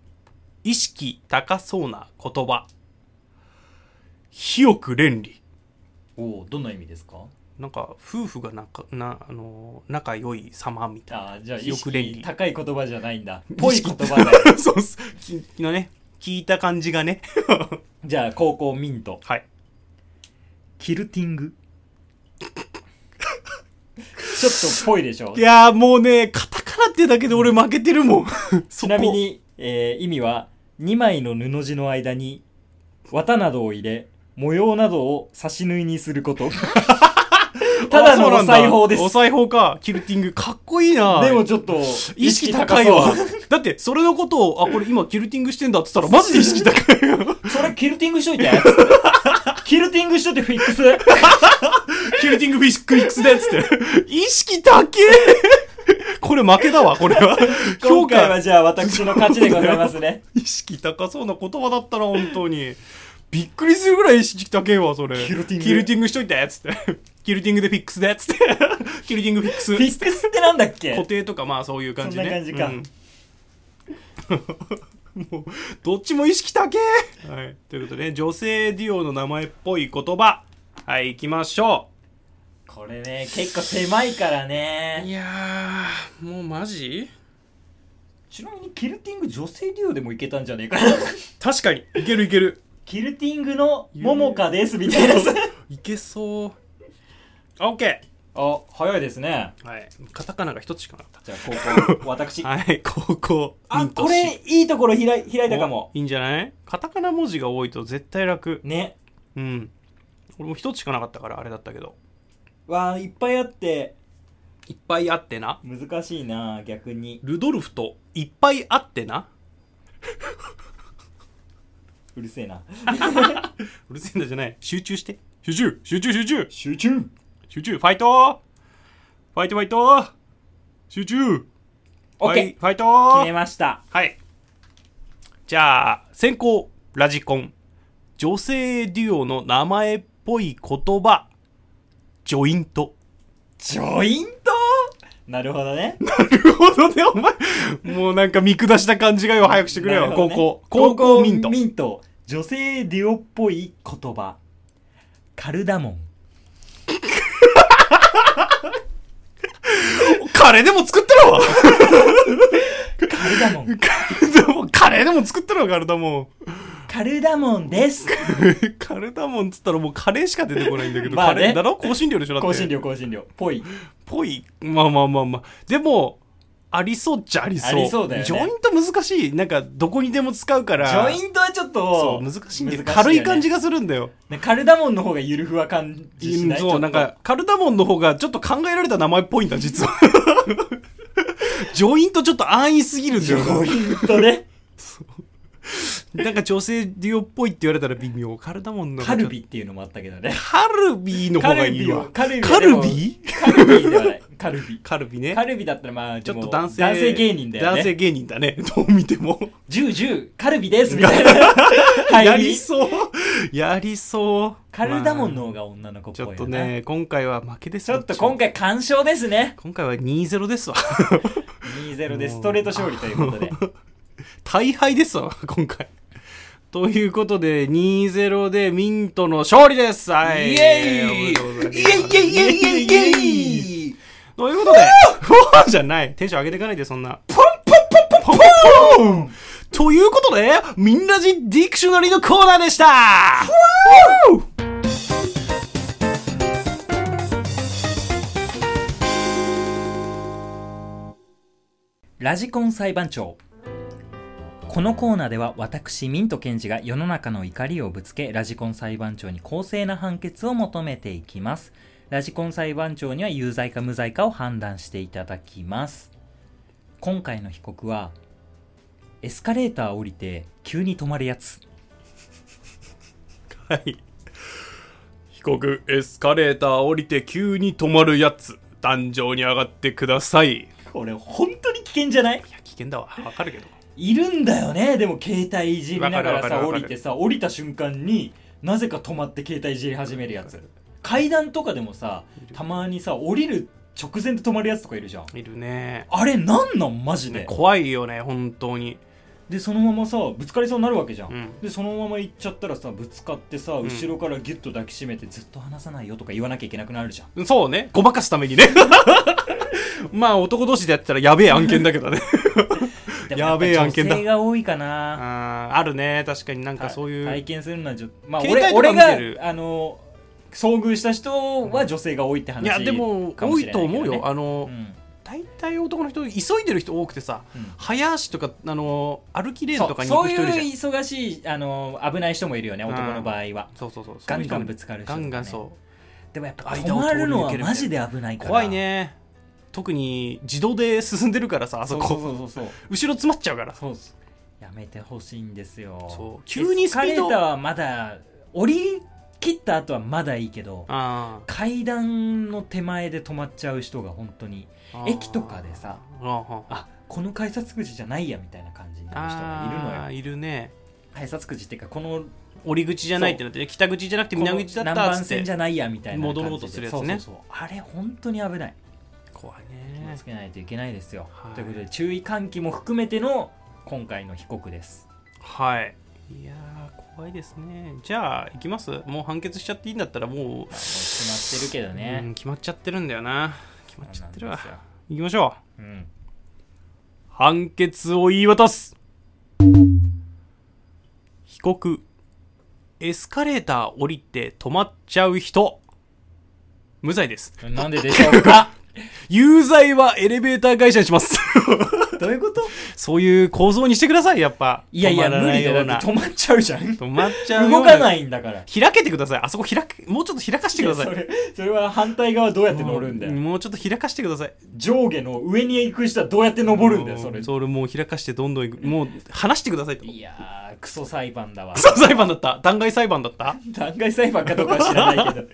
[SPEAKER 2] 意識高そうな言葉。広く連理。
[SPEAKER 1] おおどんな意味ですか
[SPEAKER 2] なんか、夫婦が仲、な、あのー、仲良い様みたい
[SPEAKER 1] あーじゃあ意
[SPEAKER 2] よく連理
[SPEAKER 1] 識高い言葉じゃないん だ
[SPEAKER 2] な。
[SPEAKER 1] ぽい言葉だよ
[SPEAKER 2] そうっす。きのね、聞いた感じがね。
[SPEAKER 1] じゃあ高校ミント
[SPEAKER 2] はい。
[SPEAKER 1] キルティン グちょっとぽいで しょ
[SPEAKER 2] いやーもうね、カタカナってだけで俺負けてるもん。そ
[SPEAKER 1] ち
[SPEAKER 2] こ
[SPEAKER 1] なみ。に、えー意味は2枚の布地の間に綿などを入れ模様などを差し縫いにすること ただ
[SPEAKER 2] あ そ
[SPEAKER 1] の
[SPEAKER 2] うな
[SPEAKER 1] お
[SPEAKER 2] んだ
[SPEAKER 1] 裁縫です
[SPEAKER 2] お裁縫か。キルティング。かっこいいな
[SPEAKER 1] でもちょっと
[SPEAKER 2] 意識高いわ
[SPEAKER 1] そう。
[SPEAKER 2] だって、それのことを、あ、これ今キルティングしてんだって言ったら、マジで意識高いよ。
[SPEAKER 1] それキルティングしといてキルティングしといてフィックス
[SPEAKER 2] キルティングフィックスでっつって。意識高えこれ負けだわ、これは。
[SPEAKER 1] 今回は
[SPEAKER 2] 評
[SPEAKER 1] じゃあ私の勝ちでございますね
[SPEAKER 2] 価意識高そうな言葉だったな、本当に。びっくりするぐらい意識高えわ、それ。
[SPEAKER 1] キルティング
[SPEAKER 2] キルティングしといて、っつって。キルティングでフィックスで、っつって。キルティングフィックス。
[SPEAKER 1] フィックスってなんだっけ
[SPEAKER 2] 固定とかまあそういう感じね。
[SPEAKER 1] そんな感じか
[SPEAKER 2] うん もう、どっちも意識高えはい。ということで、ね、女性デュオの名前っぽい言葉。はい、行きましょ
[SPEAKER 1] これね、結構狭いから
[SPEAKER 2] う。
[SPEAKER 1] ね。
[SPEAKER 2] いやー、もうマジ
[SPEAKER 1] ちなみに、キルティング女性デュオでもいけたんじゃねえかな。
[SPEAKER 2] 確かに、いけるいける。
[SPEAKER 1] キルティングのモモカです、み たいなさ。
[SPEAKER 2] いけそう。オッケ
[SPEAKER 1] あ、早いですね。
[SPEAKER 2] ーはい。カタカナが一つしかなかっ
[SPEAKER 1] じゃあ、高校、私
[SPEAKER 2] た。。はい、高校。イ
[SPEAKER 1] あ、
[SPEAKER 2] ント
[SPEAKER 1] これ、いいところ開い開いたかも
[SPEAKER 2] お。いいんじゃないカタカナ文字が多いと絶対楽。
[SPEAKER 1] ね。
[SPEAKER 2] うん。俺も一つしかなかったから、あれだったけど。
[SPEAKER 1] わあ、いっぱいあって、
[SPEAKER 2] いっぱいあってな。
[SPEAKER 1] 難しいな、逆に。
[SPEAKER 2] ルドルフといっぱいあってな。
[SPEAKER 1] うるせえな。
[SPEAKER 2] うるせえんだじゃない。集中して。集中集中集中
[SPEAKER 1] 集中
[SPEAKER 2] 集中ファイトファイトファイト集中
[SPEAKER 1] オッケー
[SPEAKER 2] ファイフ
[SPEAKER 1] 決
[SPEAKER 2] ァ
[SPEAKER 1] め
[SPEAKER 2] イト
[SPEAKER 1] ました。
[SPEAKER 2] はい。じゃあ、先行、ラジコン。女性デュオの名前っぽい言葉。ジョイン ト。
[SPEAKER 1] ジョイントなるほどね。
[SPEAKER 2] なるほどね、お前。もうなんか見下した感じがよ、早くしてくれよ、
[SPEAKER 1] なるほ
[SPEAKER 2] 高
[SPEAKER 1] どね
[SPEAKER 2] 校。高校ミント。
[SPEAKER 1] ミント。女性デュオっぽい言葉。カルダモン。
[SPEAKER 2] カレーでも作ったろ
[SPEAKER 1] カルダモ ン。
[SPEAKER 2] カレー でも、カレーでも作ったろ、カルダモン。
[SPEAKER 1] カルダモンです。
[SPEAKER 2] カルダモンっつったらもうカレーしか出てこないんだけど、
[SPEAKER 1] まあね
[SPEAKER 2] カレーだろ香辛料でしょだって
[SPEAKER 1] 香辛料、香辛料。ぽい。
[SPEAKER 2] ぽい。まあまあまあまあ。でも、ありそうっちゃありそう。
[SPEAKER 1] ありそうだよね
[SPEAKER 2] ジョイント難しい。なんか、どこにでも使うから。
[SPEAKER 1] ジョイントはちょっ
[SPEAKER 2] そ
[SPEAKER 1] と
[SPEAKER 2] う、難しいんだよ。
[SPEAKER 1] 難よね
[SPEAKER 2] 軽い感じがするんだよ。
[SPEAKER 1] ねカルダモンの方がゆるふわ感じしないちょっ
[SPEAKER 2] そ
[SPEAKER 1] と
[SPEAKER 2] う、なんか、カルダモンの方がちょっと考えられた名前っぽいんだ、実は。ジョイントちょっと安易すぎるんだ
[SPEAKER 1] ジ
[SPEAKER 2] よな。
[SPEAKER 1] ョイントね
[SPEAKER 2] なんか女性デュオっぽいって言われたら微妙。カルダモンの方
[SPEAKER 1] カ
[SPEAKER 2] がち
[SPEAKER 1] ル
[SPEAKER 2] ょっと。
[SPEAKER 1] ビっていうのもあったけどね
[SPEAKER 2] カルビーの方がいいわ。
[SPEAKER 1] カルビを
[SPEAKER 2] カ
[SPEAKER 1] カ
[SPEAKER 2] ル
[SPEAKER 1] ル
[SPEAKER 2] ビ
[SPEAKER 1] ビカルビではないカルビ
[SPEAKER 2] カルビね。
[SPEAKER 1] カルビだったらまあ
[SPEAKER 2] ちょっ
[SPEAKER 1] で
[SPEAKER 2] と
[SPEAKER 1] も
[SPEAKER 2] 男性。
[SPEAKER 1] 男性芸人だよね
[SPEAKER 2] 男性芸人だね。 どう見ても。
[SPEAKER 1] ジュージューカルビですみたいな
[SPEAKER 2] や
[SPEAKER 1] 入
[SPEAKER 2] り
[SPEAKER 1] り
[SPEAKER 2] そう。やりそう。
[SPEAKER 1] カルダモン
[SPEAKER 2] ま
[SPEAKER 1] の方が女の子
[SPEAKER 2] あ
[SPEAKER 1] っぽ
[SPEAKER 2] ち
[SPEAKER 1] い
[SPEAKER 2] ょ
[SPEAKER 1] よ
[SPEAKER 2] っ
[SPEAKER 1] な
[SPEAKER 2] とね、今回は負けです
[SPEAKER 1] ちょっと今
[SPEAKER 2] 回。
[SPEAKER 1] 回完勝ですね
[SPEAKER 2] 今回は2-0ですわ。
[SPEAKER 1] 2-0でストレート勝利ということで
[SPEAKER 2] 大敗ですわ、今回。ということで、2-0でミントの勝利ですはい
[SPEAKER 1] イエ
[SPEAKER 2] おめ
[SPEAKER 1] イイエイイ
[SPEAKER 2] でとうございます
[SPEAKER 1] エイイエイイエイイエイ
[SPEAKER 2] ということで、フォーじゃないテンション上げていかないで、そんな。
[SPEAKER 1] ポンポンポンポンポン
[SPEAKER 2] ということで、みんなじディクショナリーのコーナーでした
[SPEAKER 1] ラジコン裁判長このコーナーでは私ミント検事が世の中の怒りをぶつけラジコン裁判長に公正な判決を求めていきますラジコン裁判長には有罪か無罪かを判断していただきます今回の被告はエスカレーター降りて急に止まるやつ
[SPEAKER 2] はい。被告、エスカレーター降りて急に止まるやつ。壇上に上がってください。い
[SPEAKER 1] これ本当に危険じゃない
[SPEAKER 2] や、危険だわ。わかるけど。
[SPEAKER 1] いるんだよねでも携帯いじりなが
[SPEAKER 2] わ
[SPEAKER 1] ら
[SPEAKER 2] かるわ
[SPEAKER 1] さ
[SPEAKER 2] かるわ
[SPEAKER 1] 降
[SPEAKER 2] かる
[SPEAKER 1] りてさ降りた瞬間になぜか止まって携帯いじり始めるやつ階段とかでもさたまにさ降りる直前で止まるやつとかいるじゃん
[SPEAKER 2] いるね。
[SPEAKER 1] あれなんなんマジで
[SPEAKER 2] 怖いよね、本当に。
[SPEAKER 1] でそのままさぶつかりそうになるわけじゃん、
[SPEAKER 2] うん
[SPEAKER 1] でそのまま行っちゃったらさぶつかってさ
[SPEAKER 2] ん
[SPEAKER 1] 後ろからギュッと抱きしめてずっと離さないよとか言わなきゃいけなくなるじゃん
[SPEAKER 2] そうね。ごまかすためにね。 まあ、男同士でやってたらやべえ案件だけ どね。
[SPEAKER 1] でも
[SPEAKER 2] やべえ
[SPEAKER 1] っぱ
[SPEAKER 2] 案件だ
[SPEAKER 1] 女性が多いか
[SPEAKER 2] あ
[SPEAKER 1] な
[SPEAKER 2] ーあるね。確かになんかそういう。
[SPEAKER 1] 体験するのはじょまあ
[SPEAKER 2] 携
[SPEAKER 1] 俺
[SPEAKER 2] 帯とか
[SPEAKER 1] 俺
[SPEAKER 2] 見てる
[SPEAKER 1] があの遭遇した人は女性が多いって話
[SPEAKER 2] いや、でも、
[SPEAKER 1] か
[SPEAKER 2] 多
[SPEAKER 1] しれ
[SPEAKER 2] い
[SPEAKER 1] なけ
[SPEAKER 2] と
[SPEAKER 1] どね
[SPEAKER 2] 思うよ。あの、
[SPEAKER 1] うん
[SPEAKER 2] 大体男の人、急いでる人多くてさ、
[SPEAKER 1] うん
[SPEAKER 2] 早足とか、あの、歩きレー
[SPEAKER 1] そ
[SPEAKER 2] ン
[SPEAKER 1] う
[SPEAKER 2] とかに行
[SPEAKER 1] そう
[SPEAKER 2] く
[SPEAKER 1] い
[SPEAKER 2] 人いるじゃん。
[SPEAKER 1] う忙しいあの危ない人もいるよね
[SPEAKER 2] うん
[SPEAKER 1] 男の場合は
[SPEAKER 2] そうそうそう。
[SPEAKER 1] ガンガン
[SPEAKER 2] そういう人もいる
[SPEAKER 1] ぶつかる人
[SPEAKER 2] ガ
[SPEAKER 1] とかね
[SPEAKER 2] ンガンそう。
[SPEAKER 1] でもやっぱ
[SPEAKER 2] 間
[SPEAKER 1] 止
[SPEAKER 2] を
[SPEAKER 1] ま
[SPEAKER 2] 通り抜ける
[SPEAKER 1] るのは
[SPEAKER 2] みたいな
[SPEAKER 1] マジで危ないから
[SPEAKER 2] 怖いね特に自動で進んでるからさあそ
[SPEAKER 1] そう
[SPEAKER 2] こ
[SPEAKER 1] そうそうそう
[SPEAKER 2] 後ろ詰まっちゃうから
[SPEAKER 1] そうっすやめてほしいんですよ
[SPEAKER 2] そう急にスピード
[SPEAKER 1] エカレーターはまだ降り切った後はまだいいけど
[SPEAKER 2] あ
[SPEAKER 1] 階段の手前で止まっちゃう人が本当に
[SPEAKER 2] あ
[SPEAKER 1] 駅とかでさ
[SPEAKER 2] ああ
[SPEAKER 1] あこの改札口じゃないやみたいな感じになる人がいるの
[SPEAKER 2] あ
[SPEAKER 1] よ
[SPEAKER 2] ーいるね
[SPEAKER 1] 改札口っていうかこの
[SPEAKER 2] 折り口じゃないってなってね北口じゃなくて南口だった
[SPEAKER 1] 南
[SPEAKER 2] っつ
[SPEAKER 1] 蛮
[SPEAKER 2] って
[SPEAKER 1] 線じゃないやみたいな感じで
[SPEAKER 2] 戻ろうとするやつね
[SPEAKER 1] そうそうそうあれ本当に危ない
[SPEAKER 2] 怖い
[SPEAKER 1] 気を
[SPEAKER 2] ね
[SPEAKER 1] つけないといけないですよ、
[SPEAKER 2] はい
[SPEAKER 1] ということで注意喚起も含めての今回の被告です
[SPEAKER 2] はいいやー怖いですねじゃあいきますもう判決しちゃっていいんだったらも
[SPEAKER 1] まあもう決まってるけど
[SPEAKER 2] う、
[SPEAKER 1] ね、
[SPEAKER 2] うん決まっちゃってるんだよな決まっちゃってるわ
[SPEAKER 1] そうなん
[SPEAKER 2] いきましょう
[SPEAKER 1] うん
[SPEAKER 2] 判決を言い渡す被告エスカレーター降りて止まっちゃう人無罪です
[SPEAKER 1] なんででしょ う か
[SPEAKER 2] 有罪はエレベーター会社にします
[SPEAKER 1] どういうこと
[SPEAKER 2] そういう構造にしてくださいやっぱ
[SPEAKER 1] いやいや
[SPEAKER 2] 止まら
[SPEAKER 1] 無
[SPEAKER 2] な
[SPEAKER 1] 理だ
[SPEAKER 2] よ
[SPEAKER 1] よ
[SPEAKER 2] うな
[SPEAKER 1] だって止まっちゃうじゃん
[SPEAKER 2] 止まっちゃうよ
[SPEAKER 1] 動
[SPEAKER 2] う
[SPEAKER 1] かないんだから
[SPEAKER 2] 開けてくださいあそこ開けもうちょっと開かしてください
[SPEAKER 1] いやそれそれは反対側どうやって乗るんだよ、
[SPEAKER 2] もうもうちょっと開かしてください
[SPEAKER 1] 上下の上に行く人はどうやって登るんだよそれ
[SPEAKER 2] もうそれもう開かしてどんどん行くもう話してくださいと
[SPEAKER 1] いやークソ裁判だわ
[SPEAKER 2] クソ裁判だった弾劾裁判だった
[SPEAKER 1] 弾劾裁判かどうかは知らない けど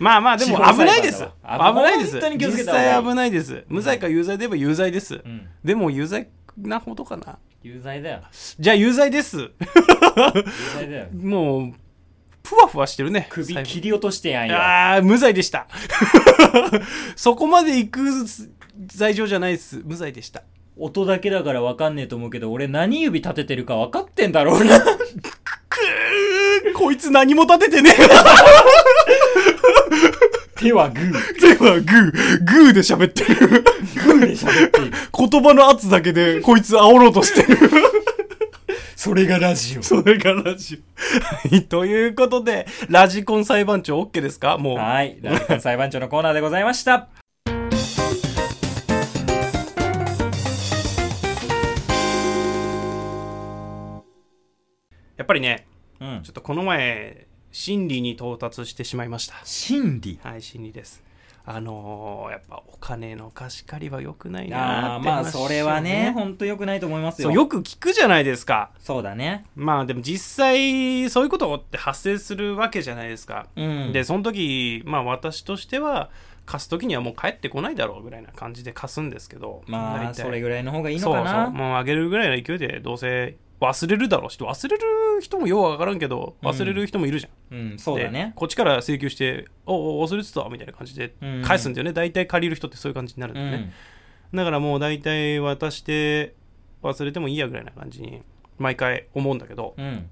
[SPEAKER 2] まあまあで
[SPEAKER 1] 司
[SPEAKER 2] も
[SPEAKER 1] 法裁判
[SPEAKER 2] 危ないです
[SPEAKER 1] だ
[SPEAKER 2] 危
[SPEAKER 1] わ
[SPEAKER 2] ないです
[SPEAKER 1] 本当に気をつけ
[SPEAKER 2] 実
[SPEAKER 1] た方がいい
[SPEAKER 2] 際危ないです無罪か有罪で言えば有罪です、
[SPEAKER 1] うん
[SPEAKER 2] でも有罪なほどかな
[SPEAKER 1] 有罪だよ
[SPEAKER 2] じゃあ有罪です
[SPEAKER 1] 有 罪だよ
[SPEAKER 2] もうふわふわしてるね
[SPEAKER 1] 首
[SPEAKER 2] 裁判
[SPEAKER 1] 切り落としてやんよ
[SPEAKER 2] ああ無罪でした そこまで行く罪状じゃないです無罪でした
[SPEAKER 1] 音だけだから分かんねえと思うけど俺何指立ててるか分かってんだろう な
[SPEAKER 2] くー こいつ何も立ててねえ
[SPEAKER 1] 手はグー
[SPEAKER 2] ではグー、グーで喋ってる。
[SPEAKER 1] グーで喋っている
[SPEAKER 2] 言葉の圧だけで、こいつ煽ろうとしてる。
[SPEAKER 1] それがラジオ
[SPEAKER 2] それがラジオ。 はい、ということで、ラジコン裁判長 OK ですかもう。
[SPEAKER 1] はいラジコン裁判長のコーナーでございました
[SPEAKER 2] やっぱりね、
[SPEAKER 1] うん
[SPEAKER 2] ちょっとこの前、心理に到達してしまいました。
[SPEAKER 1] 心理
[SPEAKER 2] はい、心理です。あのー、やっぱお金の貸し借りは良くないな
[SPEAKER 1] ああ
[SPEAKER 2] ーって
[SPEAKER 1] まあ
[SPEAKER 2] 話
[SPEAKER 1] それはね
[SPEAKER 2] を
[SPEAKER 1] ほんとよくないと思いますよ
[SPEAKER 2] そう、よく聞くじゃないですか。
[SPEAKER 1] そうだね
[SPEAKER 2] まあでも実際、そういうことって発生するわけじゃないですか。
[SPEAKER 1] うん
[SPEAKER 2] でその時、まあ、私としては貸す時にはもう帰ってこないだろうぐらいな感じで貸すんですけど
[SPEAKER 1] まあ
[SPEAKER 2] 大体
[SPEAKER 1] それぐらいの方がいいの
[SPEAKER 2] そう
[SPEAKER 1] かな
[SPEAKER 2] そうもうあげるぐらいの勢いでどうせ忘れるだろうし忘れる人もようわからんけど忘れる人もいるじゃん、
[SPEAKER 1] うんそうだ
[SPEAKER 2] で
[SPEAKER 1] ね
[SPEAKER 2] こっちから請求して「おうおう忘れてた」みたいな感じで
[SPEAKER 1] うん
[SPEAKER 2] 返すんだよね、大体借りる人ってそういう感じになるん
[SPEAKER 1] う
[SPEAKER 2] だよね
[SPEAKER 1] ん、
[SPEAKER 2] だからもう大体渡して忘れてもいいやぐらいな感じに毎回思うんだけど、
[SPEAKER 1] うん、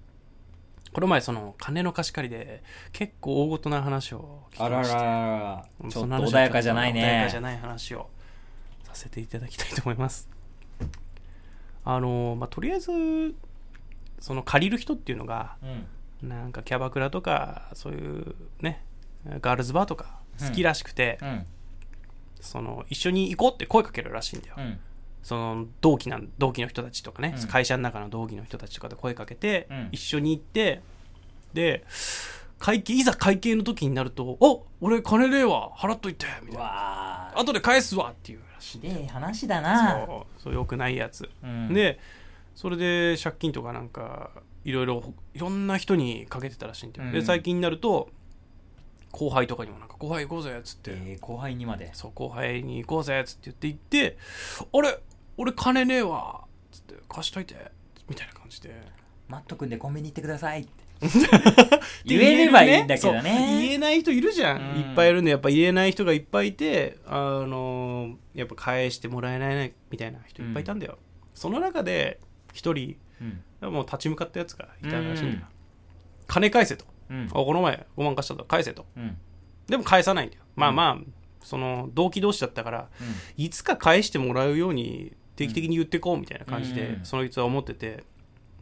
[SPEAKER 2] この前その金の貸し借りで結構大ごとな話を聞きま
[SPEAKER 1] あらら
[SPEAKER 2] して
[SPEAKER 1] らら
[SPEAKER 2] うん
[SPEAKER 1] ちょ
[SPEAKER 2] そ
[SPEAKER 1] っ
[SPEAKER 2] ん
[SPEAKER 1] と
[SPEAKER 2] な話は
[SPEAKER 1] 穏やかじゃない
[SPEAKER 2] 穏や
[SPEAKER 1] ね
[SPEAKER 2] かじゃない話をさせていただきたいと思います。あのまあ、とりあえずその借りる人っていうのが
[SPEAKER 1] うん
[SPEAKER 2] なんかキャバクラとかそういうねガールズバーとか好きらしくて、
[SPEAKER 1] うん
[SPEAKER 2] その一緒に行こうって声かけるらしいんだよ、
[SPEAKER 1] うん
[SPEAKER 2] その同期なん同期の人たちとかね、
[SPEAKER 1] うん
[SPEAKER 2] 会社の中の同期の人たちとかで声かけて、
[SPEAKER 1] うん
[SPEAKER 2] 一緒に行ってで会計いざ会計の時になると「お俺金ねえわ払っといて」みたいうな
[SPEAKER 1] わあ
[SPEAKER 2] 後で返すわっていうらしい
[SPEAKER 1] ひでえ話だな
[SPEAKER 2] そうそうよくないやつ、
[SPEAKER 1] うん
[SPEAKER 2] でそれで借金とかなんかいろいろいろんな人にかけてたらしいんだよ、
[SPEAKER 1] う
[SPEAKER 2] で
[SPEAKER 1] ん
[SPEAKER 2] 最近になると後輩とかにもなんか後輩行こうぜっつって、
[SPEAKER 1] えー後輩にまで
[SPEAKER 2] そう後輩に行こうぜっつって言って行ってあれ俺金ねえわっつって貸しといてみたいな感じで
[SPEAKER 1] マット君でコンビニ行ってくださいって 言えればいいんだけど
[SPEAKER 2] そう言
[SPEAKER 1] ね
[SPEAKER 2] えない人いるじゃん、
[SPEAKER 1] うん
[SPEAKER 2] いっぱいいるんでやっぱ言えない人がいっぱいいてあのやっぱ返してもらえないみたいな人いっぱいいたんだよ、その中で一人
[SPEAKER 1] うん
[SPEAKER 2] もう立ち向かったやつがいたらしいんだよ、
[SPEAKER 1] うん
[SPEAKER 2] 金返せと、
[SPEAKER 1] うん
[SPEAKER 2] あこの前5万貸したと返せと
[SPEAKER 1] うんうん
[SPEAKER 2] でも返さないんだよまあまあ、その同期同士だったからいつか返してもらうように定期的に言ってこうみたいな感じで、
[SPEAKER 1] うん
[SPEAKER 2] そのいつは思ってて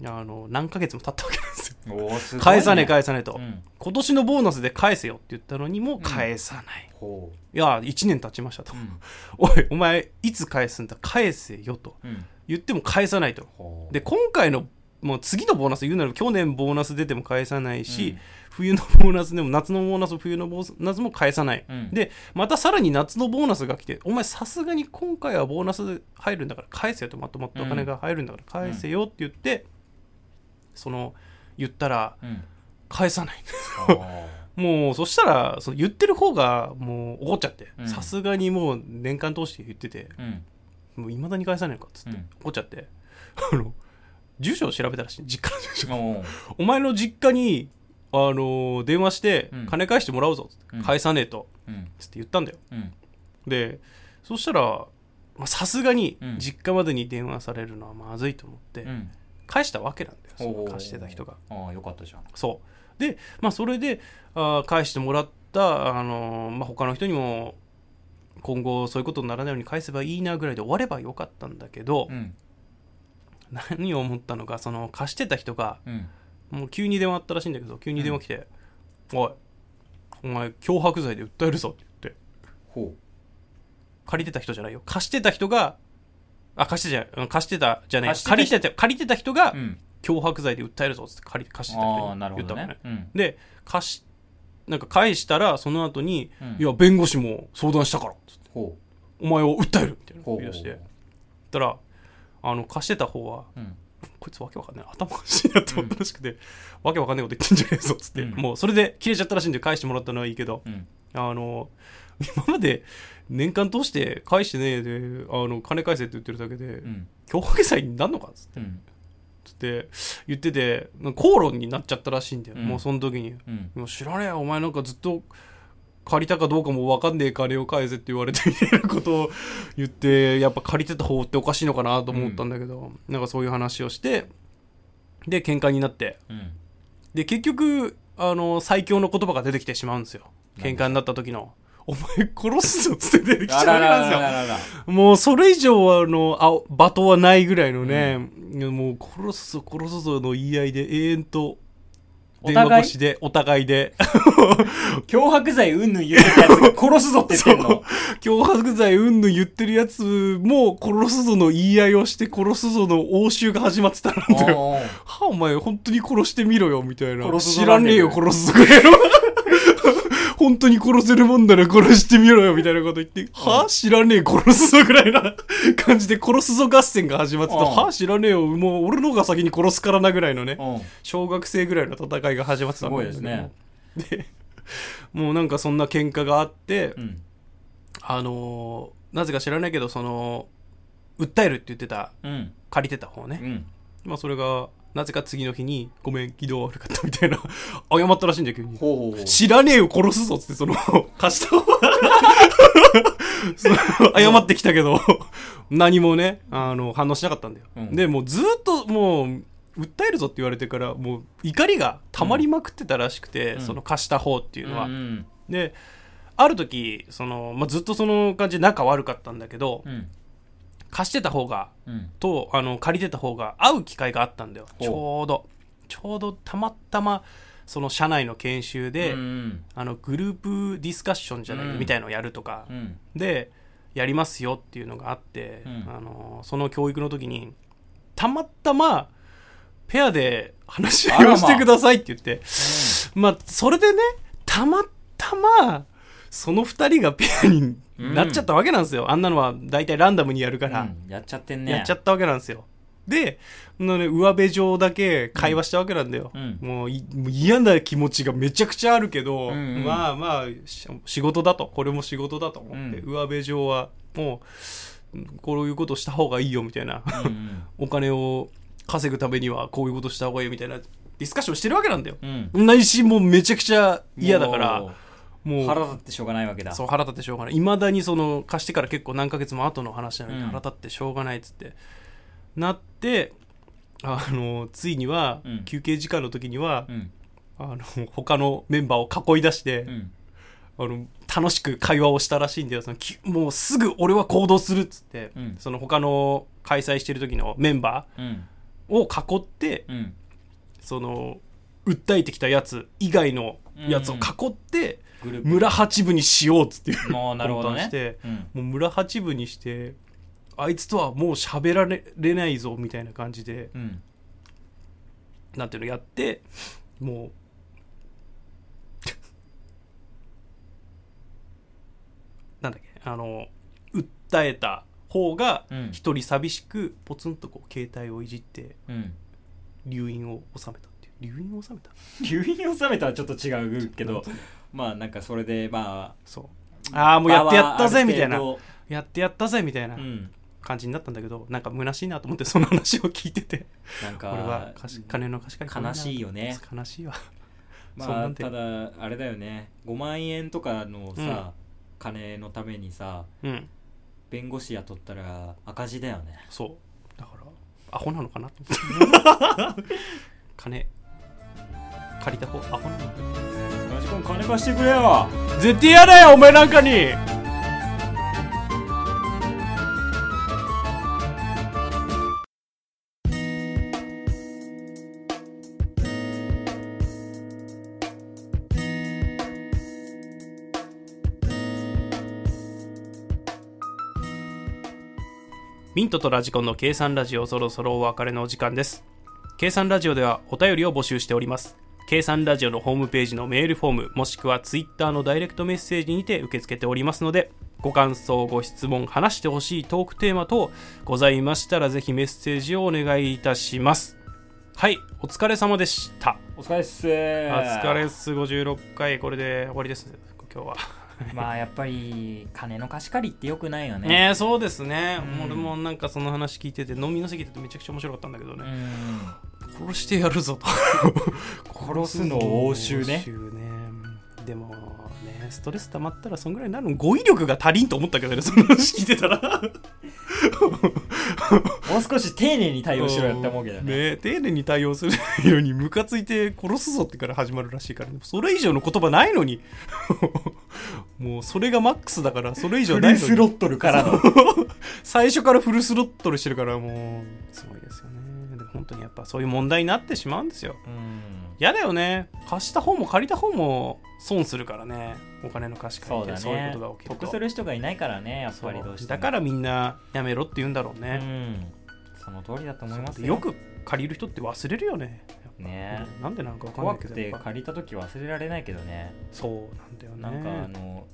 [SPEAKER 2] あの何ヶ月も経ったわけなんですよ
[SPEAKER 1] おーすごいね
[SPEAKER 2] 返さねえ返さねえと、
[SPEAKER 1] うん
[SPEAKER 2] 今年のボーナスで返せよって言ったのにも返さない、
[SPEAKER 1] ほ
[SPEAKER 2] いや1年経ちましたと、
[SPEAKER 1] ううん
[SPEAKER 2] おいお前いつ返すんだ返せよと
[SPEAKER 1] うん
[SPEAKER 2] 言っても返さないと
[SPEAKER 1] ほう
[SPEAKER 2] で今回のもう次のボーナス言うなら去年ボーナス出ても返さないし、
[SPEAKER 1] うん
[SPEAKER 2] 冬のボーナスでも夏のボーナス冬のボーナスも返さない、
[SPEAKER 1] うん
[SPEAKER 2] でまたさらに夏のボーナスが来てお前さすがに今回はボーナス入るんだから返せよとまとまったお金が入るんだから返せよって言って、その言ったら
[SPEAKER 1] うん
[SPEAKER 2] 返さない
[SPEAKER 1] ほう
[SPEAKER 2] もうそしたらその言ってる方がもう怒っちゃって
[SPEAKER 1] うん
[SPEAKER 2] さすがにもう年間通して言ってて
[SPEAKER 1] うん
[SPEAKER 2] もう未だに返さないのかっつって、
[SPEAKER 1] うん
[SPEAKER 2] 怒っちゃって あの住所を調べたらしい実家の 住所
[SPEAKER 1] おー
[SPEAKER 2] お前の実家に、あのー電話して
[SPEAKER 1] うん、
[SPEAKER 2] 金返してもらうぞ、つって
[SPEAKER 1] うん
[SPEAKER 2] 返さねえと、
[SPEAKER 1] うん
[SPEAKER 2] つって言ったんだよ。
[SPEAKER 1] うん
[SPEAKER 2] で、そしたら、まあさすがに
[SPEAKER 1] うん
[SPEAKER 2] 実家までに電話されるのはまずいと思って、
[SPEAKER 1] うん
[SPEAKER 2] 返したわけなんだよそ
[SPEAKER 1] お
[SPEAKER 2] の
[SPEAKER 1] ー
[SPEAKER 2] 貸してた人が
[SPEAKER 1] ああよかったじゃん
[SPEAKER 2] そうで、まあ、それであー返してもらった、あのーまあ、他の人にも今後そういうことにならないように返せばいいなぐらいで終わればよかったんだけど、
[SPEAKER 1] うん
[SPEAKER 2] 何を思ったのかその貸してた人が
[SPEAKER 1] うん
[SPEAKER 2] もう急に電話あったらしいんだけど急に電話来て「おいお前脅迫罪で訴えるぞ」って言って
[SPEAKER 1] ほ
[SPEAKER 2] 借りてた人じゃないよ貸してた人があ貸してじゃうん貸してたじゃない
[SPEAKER 1] 貸してた
[SPEAKER 2] 借りてた借りてた人が
[SPEAKER 1] ううん
[SPEAKER 2] 脅迫罪で訴えるぞっつって借り貸してた
[SPEAKER 1] ああ
[SPEAKER 2] 人
[SPEAKER 1] なるほ
[SPEAKER 2] に言った
[SPEAKER 1] ど
[SPEAKER 2] のね
[SPEAKER 1] ねうん
[SPEAKER 2] で貸しなんか返したらその後に「
[SPEAKER 1] うん
[SPEAKER 2] いや弁護士も相談したから」つって
[SPEAKER 1] ほ
[SPEAKER 2] 「お前を訴える」みたいな
[SPEAKER 1] う
[SPEAKER 2] こと
[SPEAKER 1] ほう
[SPEAKER 2] 言
[SPEAKER 1] ほう
[SPEAKER 2] い出して言ったらあの貸してた方は
[SPEAKER 1] うん
[SPEAKER 2] こいつわけわかんない頭おかしいなと思ったらしくて、わけわかんないこと言ってんじゃねえぞっつって、
[SPEAKER 1] うん
[SPEAKER 2] もうそれで切れちゃったらしいんで返してもらったのはいいけど
[SPEAKER 1] うん
[SPEAKER 2] あの今まで年間通して返してねえであの金返せって言ってるだけで、
[SPEAKER 1] うん
[SPEAKER 2] 脅迫罪になんのかっつって
[SPEAKER 1] うん
[SPEAKER 2] つって言ってて口論になっちゃったらしいんだよ、
[SPEAKER 1] うん
[SPEAKER 2] もうその時に
[SPEAKER 1] うん
[SPEAKER 2] もう知らねえよお前なんかずっと借りたかどうかも分かんねえ金を返せって言われてみたいなことを言ってやっぱ借りてた方っておかしいのかなと思ったんだけど、なんかそういう話をしてで喧嘩になって
[SPEAKER 1] うん
[SPEAKER 2] で結局あの最強の言葉が出てきてしまうんですよ喧嘩になった時の「お前殺すぞ」っつって 出てきちゃ
[SPEAKER 1] あ
[SPEAKER 2] うわ
[SPEAKER 1] ら
[SPEAKER 2] け
[SPEAKER 1] らら
[SPEAKER 2] なんですよ
[SPEAKER 1] ららら
[SPEAKER 2] もうそれ以上はあのあ罵倒はないぐらいのね、もう殺すぞ殺すぞの言い合いで永遠と
[SPEAKER 1] お
[SPEAKER 2] 電
[SPEAKER 1] 互い
[SPEAKER 2] 話越しでお互いで
[SPEAKER 1] 脅迫罪うんぬん言ってたやつが殺すぞって言ってんの
[SPEAKER 2] 脅迫罪うんぬん言ってるやつも殺すぞの言い合いをして殺すぞの応酬が始まってたらなんだ よ
[SPEAKER 1] おー
[SPEAKER 2] はあお前本当に殺してみろよみたいな
[SPEAKER 1] 殺すぞ
[SPEAKER 2] 知らねえよ
[SPEAKER 1] なんだ
[SPEAKER 2] 殺すぞぐらいの 本当に殺せるもんなら殺してみろよみたいなこと言って、はあ知らねえ殺すぞぐらいな感じで殺すぞ合戦が始まってた、
[SPEAKER 1] うん
[SPEAKER 2] はあ知らねえよもう俺の方が先に殺すからなぐらいのね
[SPEAKER 1] うん
[SPEAKER 2] 小学生ぐらいの戦いが始まってたんだけど
[SPEAKER 1] すごいですね
[SPEAKER 2] でもうなんかそんな喧嘩があって、
[SPEAKER 1] うん
[SPEAKER 2] あのーなぜか知らないけどその訴えるって言ってた
[SPEAKER 1] うん
[SPEAKER 2] 借りてた方ね、
[SPEAKER 1] うん
[SPEAKER 2] まあそれが、なぜか次の日に、ごめん、軌道悪かったみたいな、 謝ったらしいんだよ、急に。
[SPEAKER 1] ほうほうほう
[SPEAKER 2] 知らねえよ、殺すぞっつって、その、 貸した方がその謝ってきたけど、何もね、あの、反応しなかったんだよ。
[SPEAKER 1] うん
[SPEAKER 2] で、もうずっと、もう、訴えるぞって言われてから、もう、怒りが溜まりまくってたらしくて、
[SPEAKER 1] うん
[SPEAKER 2] その貸した方っていうのは。
[SPEAKER 1] うんうん
[SPEAKER 2] で、ある時、その、まあ、ずっとその感じで仲悪かったんだけど、
[SPEAKER 1] うん
[SPEAKER 2] 貸してた方が、
[SPEAKER 1] うん
[SPEAKER 2] とあの借りてた方が会う機会があったんだよ
[SPEAKER 1] ほう
[SPEAKER 2] ちょうどちょうどたまたまその社内の研修で、
[SPEAKER 1] うん
[SPEAKER 2] あのグループディスカッションじゃない、
[SPEAKER 1] うん
[SPEAKER 2] みたいのをやるとか
[SPEAKER 1] う、ん
[SPEAKER 2] でやりますよっていうのがあって、
[SPEAKER 1] うん
[SPEAKER 2] あのその教育の時にたまたまペアで話し合いをしてくださいって言ってまあそれでねたまたまその2人がペアになっちゃったわけなんですよ、あんなのは大体ランダムにやるから、
[SPEAKER 1] うんやっちゃってんね
[SPEAKER 2] やっちゃったわけなんですよ。で、のね、上辺上だけ会話したわけなんだよ。
[SPEAKER 1] うん
[SPEAKER 2] もういもう嫌な気持ちがめちゃくちゃあるけど、
[SPEAKER 1] うんうん
[SPEAKER 2] まあまあ、し仕事だと、これも仕事だと思って、
[SPEAKER 1] う
[SPEAKER 2] 上辺上はもう、うんこういうことした方がいいよみたいな、
[SPEAKER 1] うん
[SPEAKER 2] お金を稼ぐためにはこういうことした方がいいよみたいなディスカッションしてるわけなんだよ。
[SPEAKER 1] うんうん
[SPEAKER 2] 内心もうめちゃくちゃ 嫌だから、
[SPEAKER 1] もう
[SPEAKER 2] もう
[SPEAKER 1] 腹立ってしょうがないわけだ
[SPEAKER 2] そう腹立ってしょうがないいまだにその貸してから結構何ヶ月も後の話なのに
[SPEAKER 1] うん
[SPEAKER 2] 腹立ってしょうがないっつって、なってあのついには、
[SPEAKER 1] うん
[SPEAKER 2] 休憩時間の時には
[SPEAKER 1] う、ん
[SPEAKER 2] あの他のメンバーを囲い出して、
[SPEAKER 1] うん
[SPEAKER 2] あの楽しく会話をしたらしいんだよそのきもうすぐ俺は行動するっつって、
[SPEAKER 1] うん
[SPEAKER 2] その他の開催してる時のメンバ
[SPEAKER 1] うん
[SPEAKER 2] ーを囲って、
[SPEAKER 1] うん
[SPEAKER 2] その訴えてきたやつ以外のやつを囲って、
[SPEAKER 1] グルー
[SPEAKER 2] 村八分にしようっつっていう
[SPEAKER 1] プもうなるほどね
[SPEAKER 2] して
[SPEAKER 1] うん
[SPEAKER 2] もう村八分にしてあいつとはもう喋られれないぞみたいな感じで
[SPEAKER 1] うん
[SPEAKER 2] なんていうのやってもう なんだっけあの訴えた方が
[SPEAKER 1] うん
[SPEAKER 2] 一人寂しくポツンとこう携帯をいじって
[SPEAKER 1] うん
[SPEAKER 2] 留飲を収めたっていう留飲を収めた
[SPEAKER 1] 留飲を収めたはちょっと違うけどまあなんかそれでま
[SPEAKER 2] そう
[SPEAKER 1] あ
[SPEAKER 2] ああもうやってやったぜみたいな
[SPEAKER 1] 場は
[SPEAKER 2] やってやったぜみたい
[SPEAKER 1] あ
[SPEAKER 2] な
[SPEAKER 1] る程度うん
[SPEAKER 2] 感じになったんだけどなんか虚しいなと思ってその話を聞いてて
[SPEAKER 1] なん
[SPEAKER 2] 俺は
[SPEAKER 1] か
[SPEAKER 2] 貸し金の貸し借り
[SPEAKER 1] 悲しいよね
[SPEAKER 2] 悲しいわそ
[SPEAKER 1] ま
[SPEAKER 2] んな
[SPEAKER 1] あ
[SPEAKER 2] んて
[SPEAKER 1] ただあれだよね5万円とかのさ金のためにさ
[SPEAKER 2] うん
[SPEAKER 1] 弁護士雇ったら赤字だよね
[SPEAKER 2] そうだからアホなのかなと思 って金借りた方アホなの
[SPEAKER 1] ラジコン金貸してくれよ
[SPEAKER 2] 絶対やだよお前なんかにミントとラジコンの計算ラジオそろそろお別れのお時間です。計算ラジオではお便りを募集しております。計算ラジオのホームページのメールフォームもしくはツイッターのダイレクトメッセージにて受け付けておりますので、ご感想、ご質問、話してほしいトークテーマ等ございましたらぜひメッセージをお願いいたします。はい、お疲れ様でした。
[SPEAKER 1] お疲れっす
[SPEAKER 2] お疲れっす、56回、これで終わりです、今日は。
[SPEAKER 1] まあやっぱり金の貸し借りってよくないよね
[SPEAKER 2] ねえ、そうですね。
[SPEAKER 1] うん
[SPEAKER 2] 俺もなんかその話聞いてて、飲みの席でめちゃくちゃ面白かったんだけどね。
[SPEAKER 1] うん
[SPEAKER 2] 殺してやるぞと
[SPEAKER 1] 殺すの応酬ね
[SPEAKER 2] 応酬ねでもねストレス溜まったらそんぐらいになるの語彙力が足りんと思ったけど ねその話聞いてたら
[SPEAKER 1] もう少し丁寧に対応しろやって思うけどね
[SPEAKER 2] 丁寧に対応するようにムカついて殺すぞってから始まるらしいからねそれ以上の言葉ないのに もうそれがマックスだからそれ以上
[SPEAKER 1] フ
[SPEAKER 2] ない
[SPEAKER 1] ル
[SPEAKER 2] の
[SPEAKER 1] ス
[SPEAKER 2] に
[SPEAKER 1] ロットルからの
[SPEAKER 2] 最初からフルスロットルしてるからもうすごいですよねでも本当にやっぱそういう問題になってしまうんですよ
[SPEAKER 1] うん
[SPEAKER 2] 嫌だよね貸した方も借りた方も損するからねお金の貸し借
[SPEAKER 1] そ
[SPEAKER 2] り
[SPEAKER 1] う
[SPEAKER 2] で
[SPEAKER 1] だ
[SPEAKER 2] そう,、いう
[SPEAKER 1] ね
[SPEAKER 2] ことが起きると
[SPEAKER 1] 得する人がいないからねやっ
[SPEAKER 2] そ
[SPEAKER 1] ぱ
[SPEAKER 2] う
[SPEAKER 1] りどうしても
[SPEAKER 2] だからみんなやめろって言うんだろう
[SPEAKER 1] う
[SPEAKER 2] ね、
[SPEAKER 1] んその通りだと思います
[SPEAKER 2] よく借りる人って忘れるよねやっぱ
[SPEAKER 1] ね
[SPEAKER 2] うんなんでなんかわかんな
[SPEAKER 1] 怖
[SPEAKER 2] いけ
[SPEAKER 1] く
[SPEAKER 2] ど
[SPEAKER 1] て
[SPEAKER 2] やっぱ
[SPEAKER 1] 借りた時忘れられないけどね
[SPEAKER 2] そうなんだよね
[SPEAKER 1] なんかあの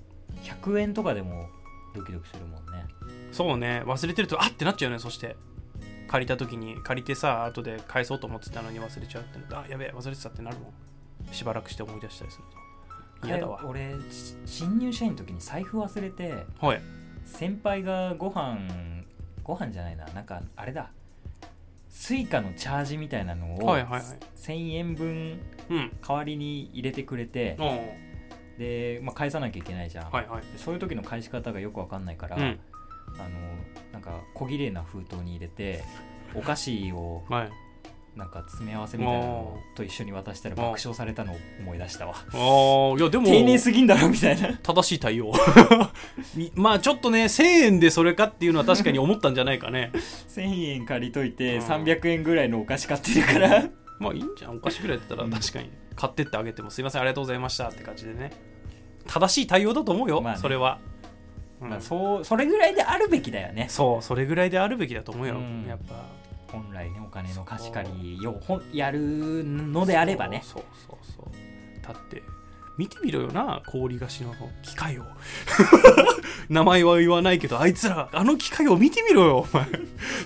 [SPEAKER 1] 100円とかでもドキドキするもんね
[SPEAKER 2] そうね忘れてるとあってなっちゃうよねそして借りた時に借りてさ後で返そうと思ってたのに忘れちゃうってなってあやべえ忘れてたってなるもんしばらくして思い出したりすると嫌だわ
[SPEAKER 1] かえ俺し新入社員の時に財布忘れて
[SPEAKER 2] はい
[SPEAKER 1] 先輩がご飯ご飯じゃないななんかあれだスイカのチャージみたいなのを
[SPEAKER 2] はいはいはい
[SPEAKER 1] 1000円分
[SPEAKER 2] うん
[SPEAKER 1] 代わりに入れてくれて
[SPEAKER 2] うんはい
[SPEAKER 1] で、まあ、返さなきゃいけないじゃん、
[SPEAKER 2] はい
[SPEAKER 1] でそういう時の返し方がよくわかんないから、
[SPEAKER 2] うん
[SPEAKER 1] あのなんか小綺麗な封筒に入れ てお菓子を
[SPEAKER 2] はい
[SPEAKER 1] なんか詰め合わせみたいなのと一緒に渡したら
[SPEAKER 2] おー
[SPEAKER 1] 爆笑されたのを思い出したわ
[SPEAKER 2] ああ、いやでも、
[SPEAKER 1] 丁寧すぎんだろみたいな
[SPEAKER 2] 正しい対応。 みまあちょっとね、1000円でそれかっていうのは確かに思ったんじゃないかね。
[SPEAKER 1] 1000円借りとい
[SPEAKER 2] うん
[SPEAKER 1] て300円ぐらいのお菓子買ってるから
[SPEAKER 2] まあいいんじゃん、お菓子ぐらいだったら確かに。買ってってあげても、すいません、ありがとうございましたって感じでね。正しい対応だと思うよ、
[SPEAKER 1] まあね
[SPEAKER 2] それは。うん
[SPEAKER 1] まあそうそれぐらいであるべきだよね
[SPEAKER 2] そう、それぐらいであるべきだと思うよ、
[SPEAKER 1] うん
[SPEAKER 2] やっぱ。
[SPEAKER 1] 本来ねお金の貸し借りをほんやるのであればね
[SPEAKER 2] そうそうそうそうだって見てみろよな氷菓子の機械を 名前は言わないけどあいつらあの機械を見てみろよお前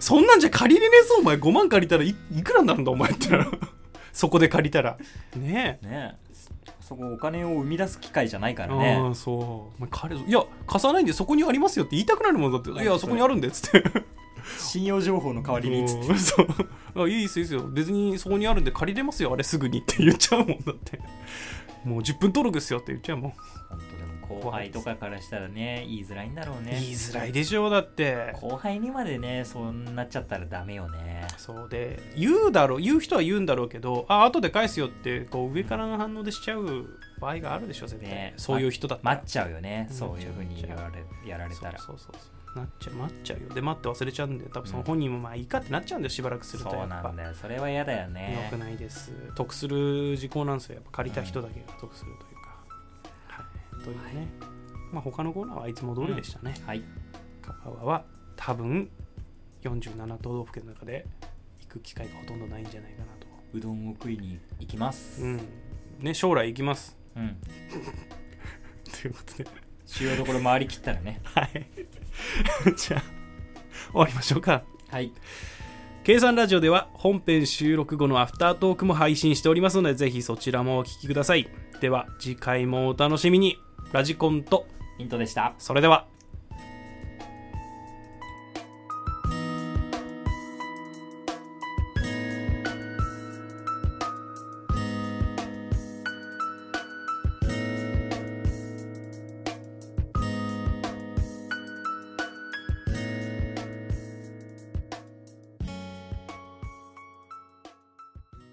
[SPEAKER 2] そんなんじゃ借りれねえぞお前5万借りたらいいくらになるんだお前って なそこで借りたらね
[SPEAKER 1] ねそこお金を生み出す機会じゃないか
[SPEAKER 2] え
[SPEAKER 1] ら
[SPEAKER 2] あ
[SPEAKER 1] ね
[SPEAKER 2] あそうお前借りいや貸さないんでそこにありますよって言いたくなるもんだっていやそこにあるんでっつって
[SPEAKER 1] 信用情報の代わりにっつって
[SPEAKER 2] うんそうあいいですいいですよ別にそこにあるんで借りれますよあれすぐにって言っちゃうもんだってもう10分登録ですよって言っちゃうもん
[SPEAKER 1] 本当でも後輩とかからしたらね言いづらいんだろうね
[SPEAKER 2] 言いづらいでしょだって
[SPEAKER 1] 後輩にまでねそうなっちゃったらダメよね
[SPEAKER 2] そうで言うだろう言う人は言うんだろうけどあ後で返すよってこう上からの反応でしちゃう場合があるでしょ絶対、
[SPEAKER 1] ね
[SPEAKER 2] そういう人だったら
[SPEAKER 1] 待っちゃうよね
[SPEAKER 2] うん
[SPEAKER 1] そういうふうにやられやられたら
[SPEAKER 2] そうそうそうそうなっちゃう待っちゃうよで待って忘れちゃうんで多分その本人もまあいいかってなっちゃうんだよしばらくすると
[SPEAKER 1] そ
[SPEAKER 2] や
[SPEAKER 1] う
[SPEAKER 2] っぱ
[SPEAKER 1] なんだよそれは嫌だよね
[SPEAKER 2] 良くないです得する事項なんですよやっぱ借りた人だけが得するというか、はいというね、まあ他のコーナーはいつも通りでしたね、
[SPEAKER 1] はい
[SPEAKER 2] カパワは多分47都道府県の中で行く機会がほとんどないんじゃないかなと
[SPEAKER 1] うどんを食いに行きます
[SPEAKER 2] うんね将来行きます
[SPEAKER 1] うん
[SPEAKER 2] ということで
[SPEAKER 1] 主要どころ回りきったらね
[SPEAKER 2] はい じゃあ終わりましょうか
[SPEAKER 1] はい
[SPEAKER 2] 計算ラジオでは本編収録後のアフタートークも配信しておりますのでぜひそちらもお聞きくださいでは次回もお楽しみにラジコンと
[SPEAKER 1] ヒントでした
[SPEAKER 2] それでは